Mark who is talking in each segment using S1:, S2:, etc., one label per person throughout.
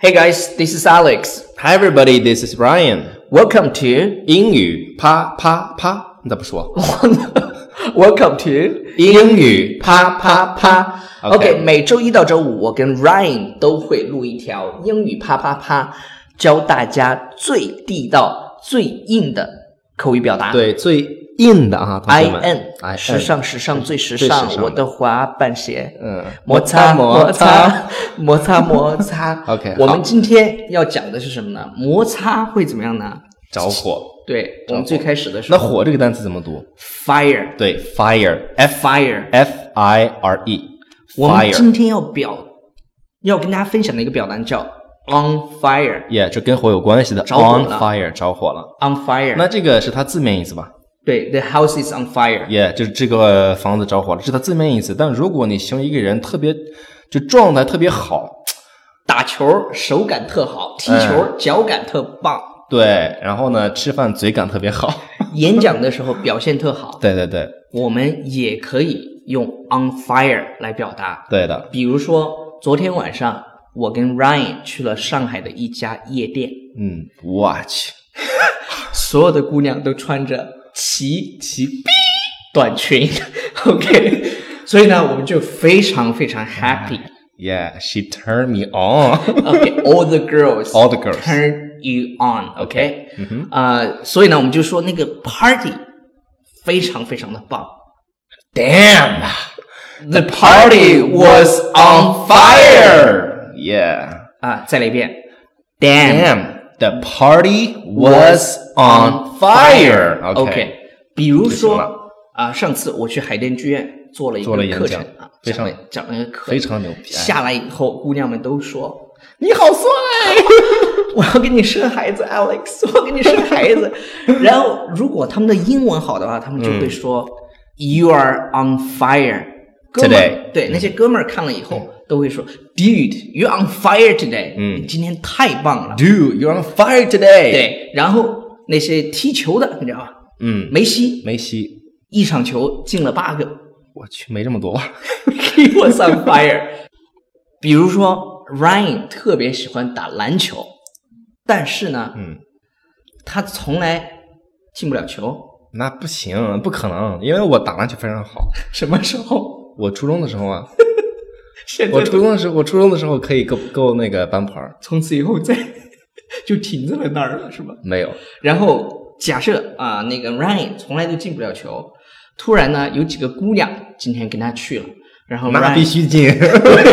S1: Hey guys, this is Alex.
S2: Hi everybody, this is Ryan.
S1: Welcome to
S2: 英语啪啪啪，你咋不说？
S1: Welcome to
S2: 英语
S1: 啪啪啪。
S2: OK
S1: OK，每周一到周五，我跟 Ryan 都会录一条英语啪啪啪，教大家最地道、最硬的口语表达。
S2: 对，最硬的啊，同
S1: i
S2: 学们。I
S1: n 时尚，时尚最时
S2: 最时
S1: 尚，
S2: 尚
S1: 我的滑板鞋。
S2: 嗯，
S1: 摩擦摩
S2: 摩
S1: 擦 摩擦摩 擦
S2: OK，
S1: 我们
S2: 好
S1: 今天要讲的是什么呢？摩擦会怎么样呢？
S2: 着火。
S1: 对，我们最开始的时
S2: 那
S1: 候
S2: 火这个单词怎么读？
S1: ，fire
S2: 对，fire，f
S1: fire。
S2: f i r e，
S1: 我们
S2: fire
S1: 今天要表要跟大家分享的一个表达叫 on fire
S2: yeah，这跟火有关系的。
S1: 着火
S2: On
S1: 了
S2: fire，着火了。
S1: on fire。
S2: 那这个是它字面意思吧
S1: 对，the house is on fire。
S2: ？Yeah，就是这个房子着火了，是它字面意思。但如果你形容一个人特别，就状态特别好，
S1: 打球手感特
S2: 哎
S1: 好，踢球脚感特棒，
S2: 对，然后呢，吃饭嘴感特别好，
S1: 演讲的时候表现特好。
S2: 对对对，
S1: 我们也可以用 on fire 来表达。
S2: 对的。
S1: 比如说，昨天晚上我跟 Ryan 去了上海的一家夜店，
S2: 嗯，我去，
S1: 所有的姑娘都穿着齐齐短裙 ，OK，所以呢，我们就非常非常 happy。
S2: Yeah, she turned me on.
S1: OK，all、the girls
S2: All the girls. Mm-hmm.
S1: turn you on。OK，啊、所以呢，我们就说那个 party 非常非常的棒。
S2: Damn,
S1: The
S2: party was on fire. Yeah.
S1: 啊、再来一遍。Damn,
S2: Damn, the party was on fire.
S1: OK，, 比如说
S2: 就行
S1: 啊、上次我去海淀剧院做了一
S2: 做了
S1: 个
S2: 演
S1: 课程
S2: 讲
S1: 啊，
S2: 非常
S1: 讲了讲了一个课，
S2: 非常牛逼哎
S1: 下来以后，姑娘们都说。
S2: 你好帅。
S1: 我要给你生孩子，Alex，我要给你生孩 子。然后，如果他们的英文好的话，他们就会说、You
S2: 嗯
S1: are on fire。哥们儿
S2: Today 嗯
S1: 对那些哥们儿看了以后、都会说，Dude, you on fire today。
S2: 嗯
S1: 你今天太棒了。
S2: Dude, you're on fire today.
S1: 对，然后那些踢球的，你知道吧？
S2: 嗯，
S1: 梅西
S2: 梅西，
S1: 一场球进了八个
S2: 我去，没这么多 吧？
S1: ，He was on fire。比如说，Ryan 特别喜欢打篮球，但是呢，
S2: 嗯，
S1: 他从来进不了球。
S2: 那不行，不可能，因为我打篮球非常好。
S1: 什么时候？
S2: 我初中的时候啊，
S1: 现
S2: 我
S1: 在
S2: 初中的时候，我初中的时候可以够够那个班牌儿，
S1: 从此以后再就停在了那儿了，是吧？
S2: 没有。
S1: 然后假设啊、那个 Ryan 从来都进不了球，突然呢，有几个姑娘今天跟他去了，然后
S2: 那必
S1: Ryan
S2: 须进。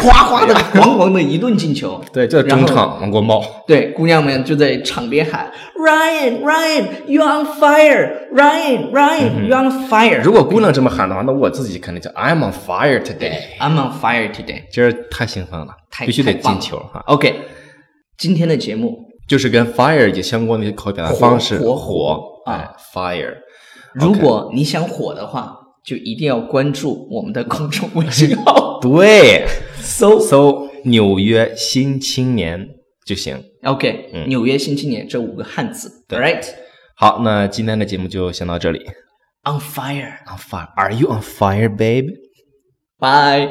S1: 夸夸的、狂狂的一顿进球。
S2: 哎对，就
S1: 然后
S2: 中场给我冒。
S1: 对，姑娘们就在场边喊 Ryan Ryan you on fire Ryan Ryan you on fire、
S2: 如果姑娘这么喊的话，那我自己肯定叫 I'm on fire today。
S1: I'm on fire today，
S2: 哎今儿太兴奋了，
S1: 太
S2: 必须得
S1: 太棒
S2: 进
S1: 了
S2: 球哈！
S1: OK，今天的节目
S2: 就是跟 fire 也相关的一个口语表达
S1: 火
S2: 方式，
S1: 火
S2: 火
S1: 啊
S2: 哎，fire。
S1: 如果你想火的话，就一定要关注我们的公众微信 号，
S2: 对，
S1: 搜
S2: 搜纽约新青年就行。
S1: OK、纽约新青年这五个汉字。All right,
S2: 好，那今天的节目就先到这里。
S1: on fire.
S2: On fire? Are you on fire, babe?
S1: Bye.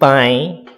S2: Bye.